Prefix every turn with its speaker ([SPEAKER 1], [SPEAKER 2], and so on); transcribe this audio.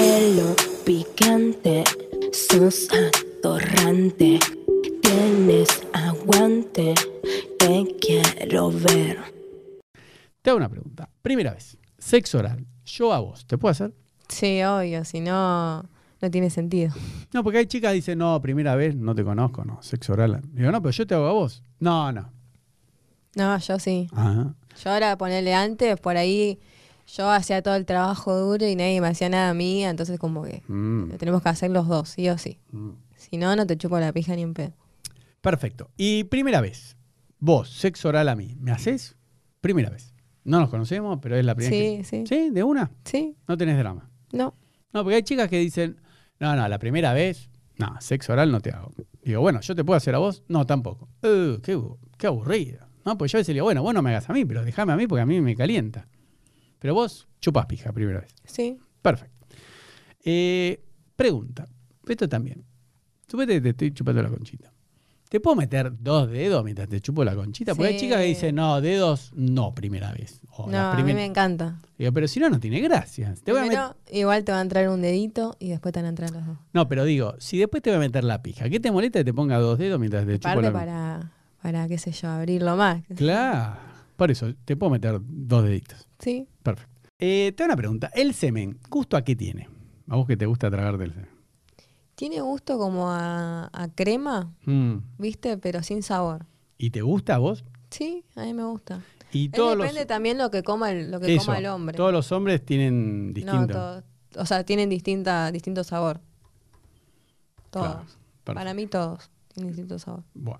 [SPEAKER 1] pelo picante, sos atorrante, tienes aguante, te quiero ver.
[SPEAKER 2] Te hago una pregunta. Primera vez, sexo oral, yo a vos, ¿te puedo hacer?
[SPEAKER 3] Sí, obvio, si no, no tiene sentido.
[SPEAKER 2] No, porque hay chicas que dicen, no, primera vez, no te conozco, no, sexo oral. Digo, no, pero yo te hago a vos. No, no.
[SPEAKER 3] No, yo sí.
[SPEAKER 2] Ajá.
[SPEAKER 3] Yo ahora ponerle antes, por ahí yo hacía todo el trabajo duro y nadie me hacía nada a mí, entonces como que
[SPEAKER 2] Mm,
[SPEAKER 3] lo tenemos que hacer los dos, sí o sí.
[SPEAKER 2] mm.
[SPEAKER 3] Si no, no te chupo la pija ni un pedo.
[SPEAKER 2] Perfecto. Y primera vez, vos, sexo oral a mí, ¿me haces? Primera vez. No nos conocemos, pero es la primera
[SPEAKER 3] Sí,
[SPEAKER 2] vez.
[SPEAKER 3] sí.
[SPEAKER 2] Sí, de una.
[SPEAKER 3] Sí,
[SPEAKER 2] No tenés drama.
[SPEAKER 3] no.
[SPEAKER 2] No, porque hay chicas que dicen, no, no, la primera vez, no, sexo oral no te hago. Digo, bueno, ¿yo te puedo hacer a vos? No, tampoco. Eh, qué, bu- qué aburrido. No, pues yo a veces le digo, bueno, vos no me hagas a mí, pero déjame a mí porque a mí me calienta. Pero vos chupás pija primera vez.
[SPEAKER 3] Sí.
[SPEAKER 2] Perfecto. Eh, pregunta, esto también. Supete que te estoy chupando la conchita. ¿Te puedo meter dos dedos mientras te chupo la conchita? Porque hay
[SPEAKER 3] Sí.
[SPEAKER 2] chicas que dicen, no, dedos no primera vez. O
[SPEAKER 3] No,
[SPEAKER 2] Oh, la
[SPEAKER 3] a mí
[SPEAKER 2] primer-
[SPEAKER 3] me encanta.
[SPEAKER 2] Digo, pero si no, no tiene gracia. Te voy a met-
[SPEAKER 3] Primero, igual te va a entrar un dedito y después te van a entrar los dos.
[SPEAKER 2] No, pero digo, si después te voy a meter la pija, ¿qué te molesta que te ponga dos dedos mientras te chupo
[SPEAKER 3] Aparte
[SPEAKER 2] la
[SPEAKER 3] para, para, qué sé yo, abrirlo más.
[SPEAKER 2] Claro. Por eso, te puedo meter dos deditos.
[SPEAKER 3] Sí.
[SPEAKER 2] Perfecto. Eh, te hago una pregunta. El semen, ¿gusto a qué tiene? A vos que te gusta tragar del semen.
[SPEAKER 3] Tiene gusto como a, a crema,
[SPEAKER 2] Mm.
[SPEAKER 3] ¿viste? Pero sin sabor.
[SPEAKER 2] ¿Y te gusta a vos?
[SPEAKER 3] Sí, a mí me gusta.
[SPEAKER 2] Y
[SPEAKER 3] Él
[SPEAKER 2] todos los,
[SPEAKER 3] depende también lo que coma el, lo que
[SPEAKER 2] eso,
[SPEAKER 3] coma el hombre.
[SPEAKER 2] todos los hombres tienen distinto.
[SPEAKER 3] No, todos. O sea, tienen distinta, distinto sabor. Todos.
[SPEAKER 2] Claro, perfecto.
[SPEAKER 3] Para mí todos tienen distinto sabor.
[SPEAKER 2] Bueno.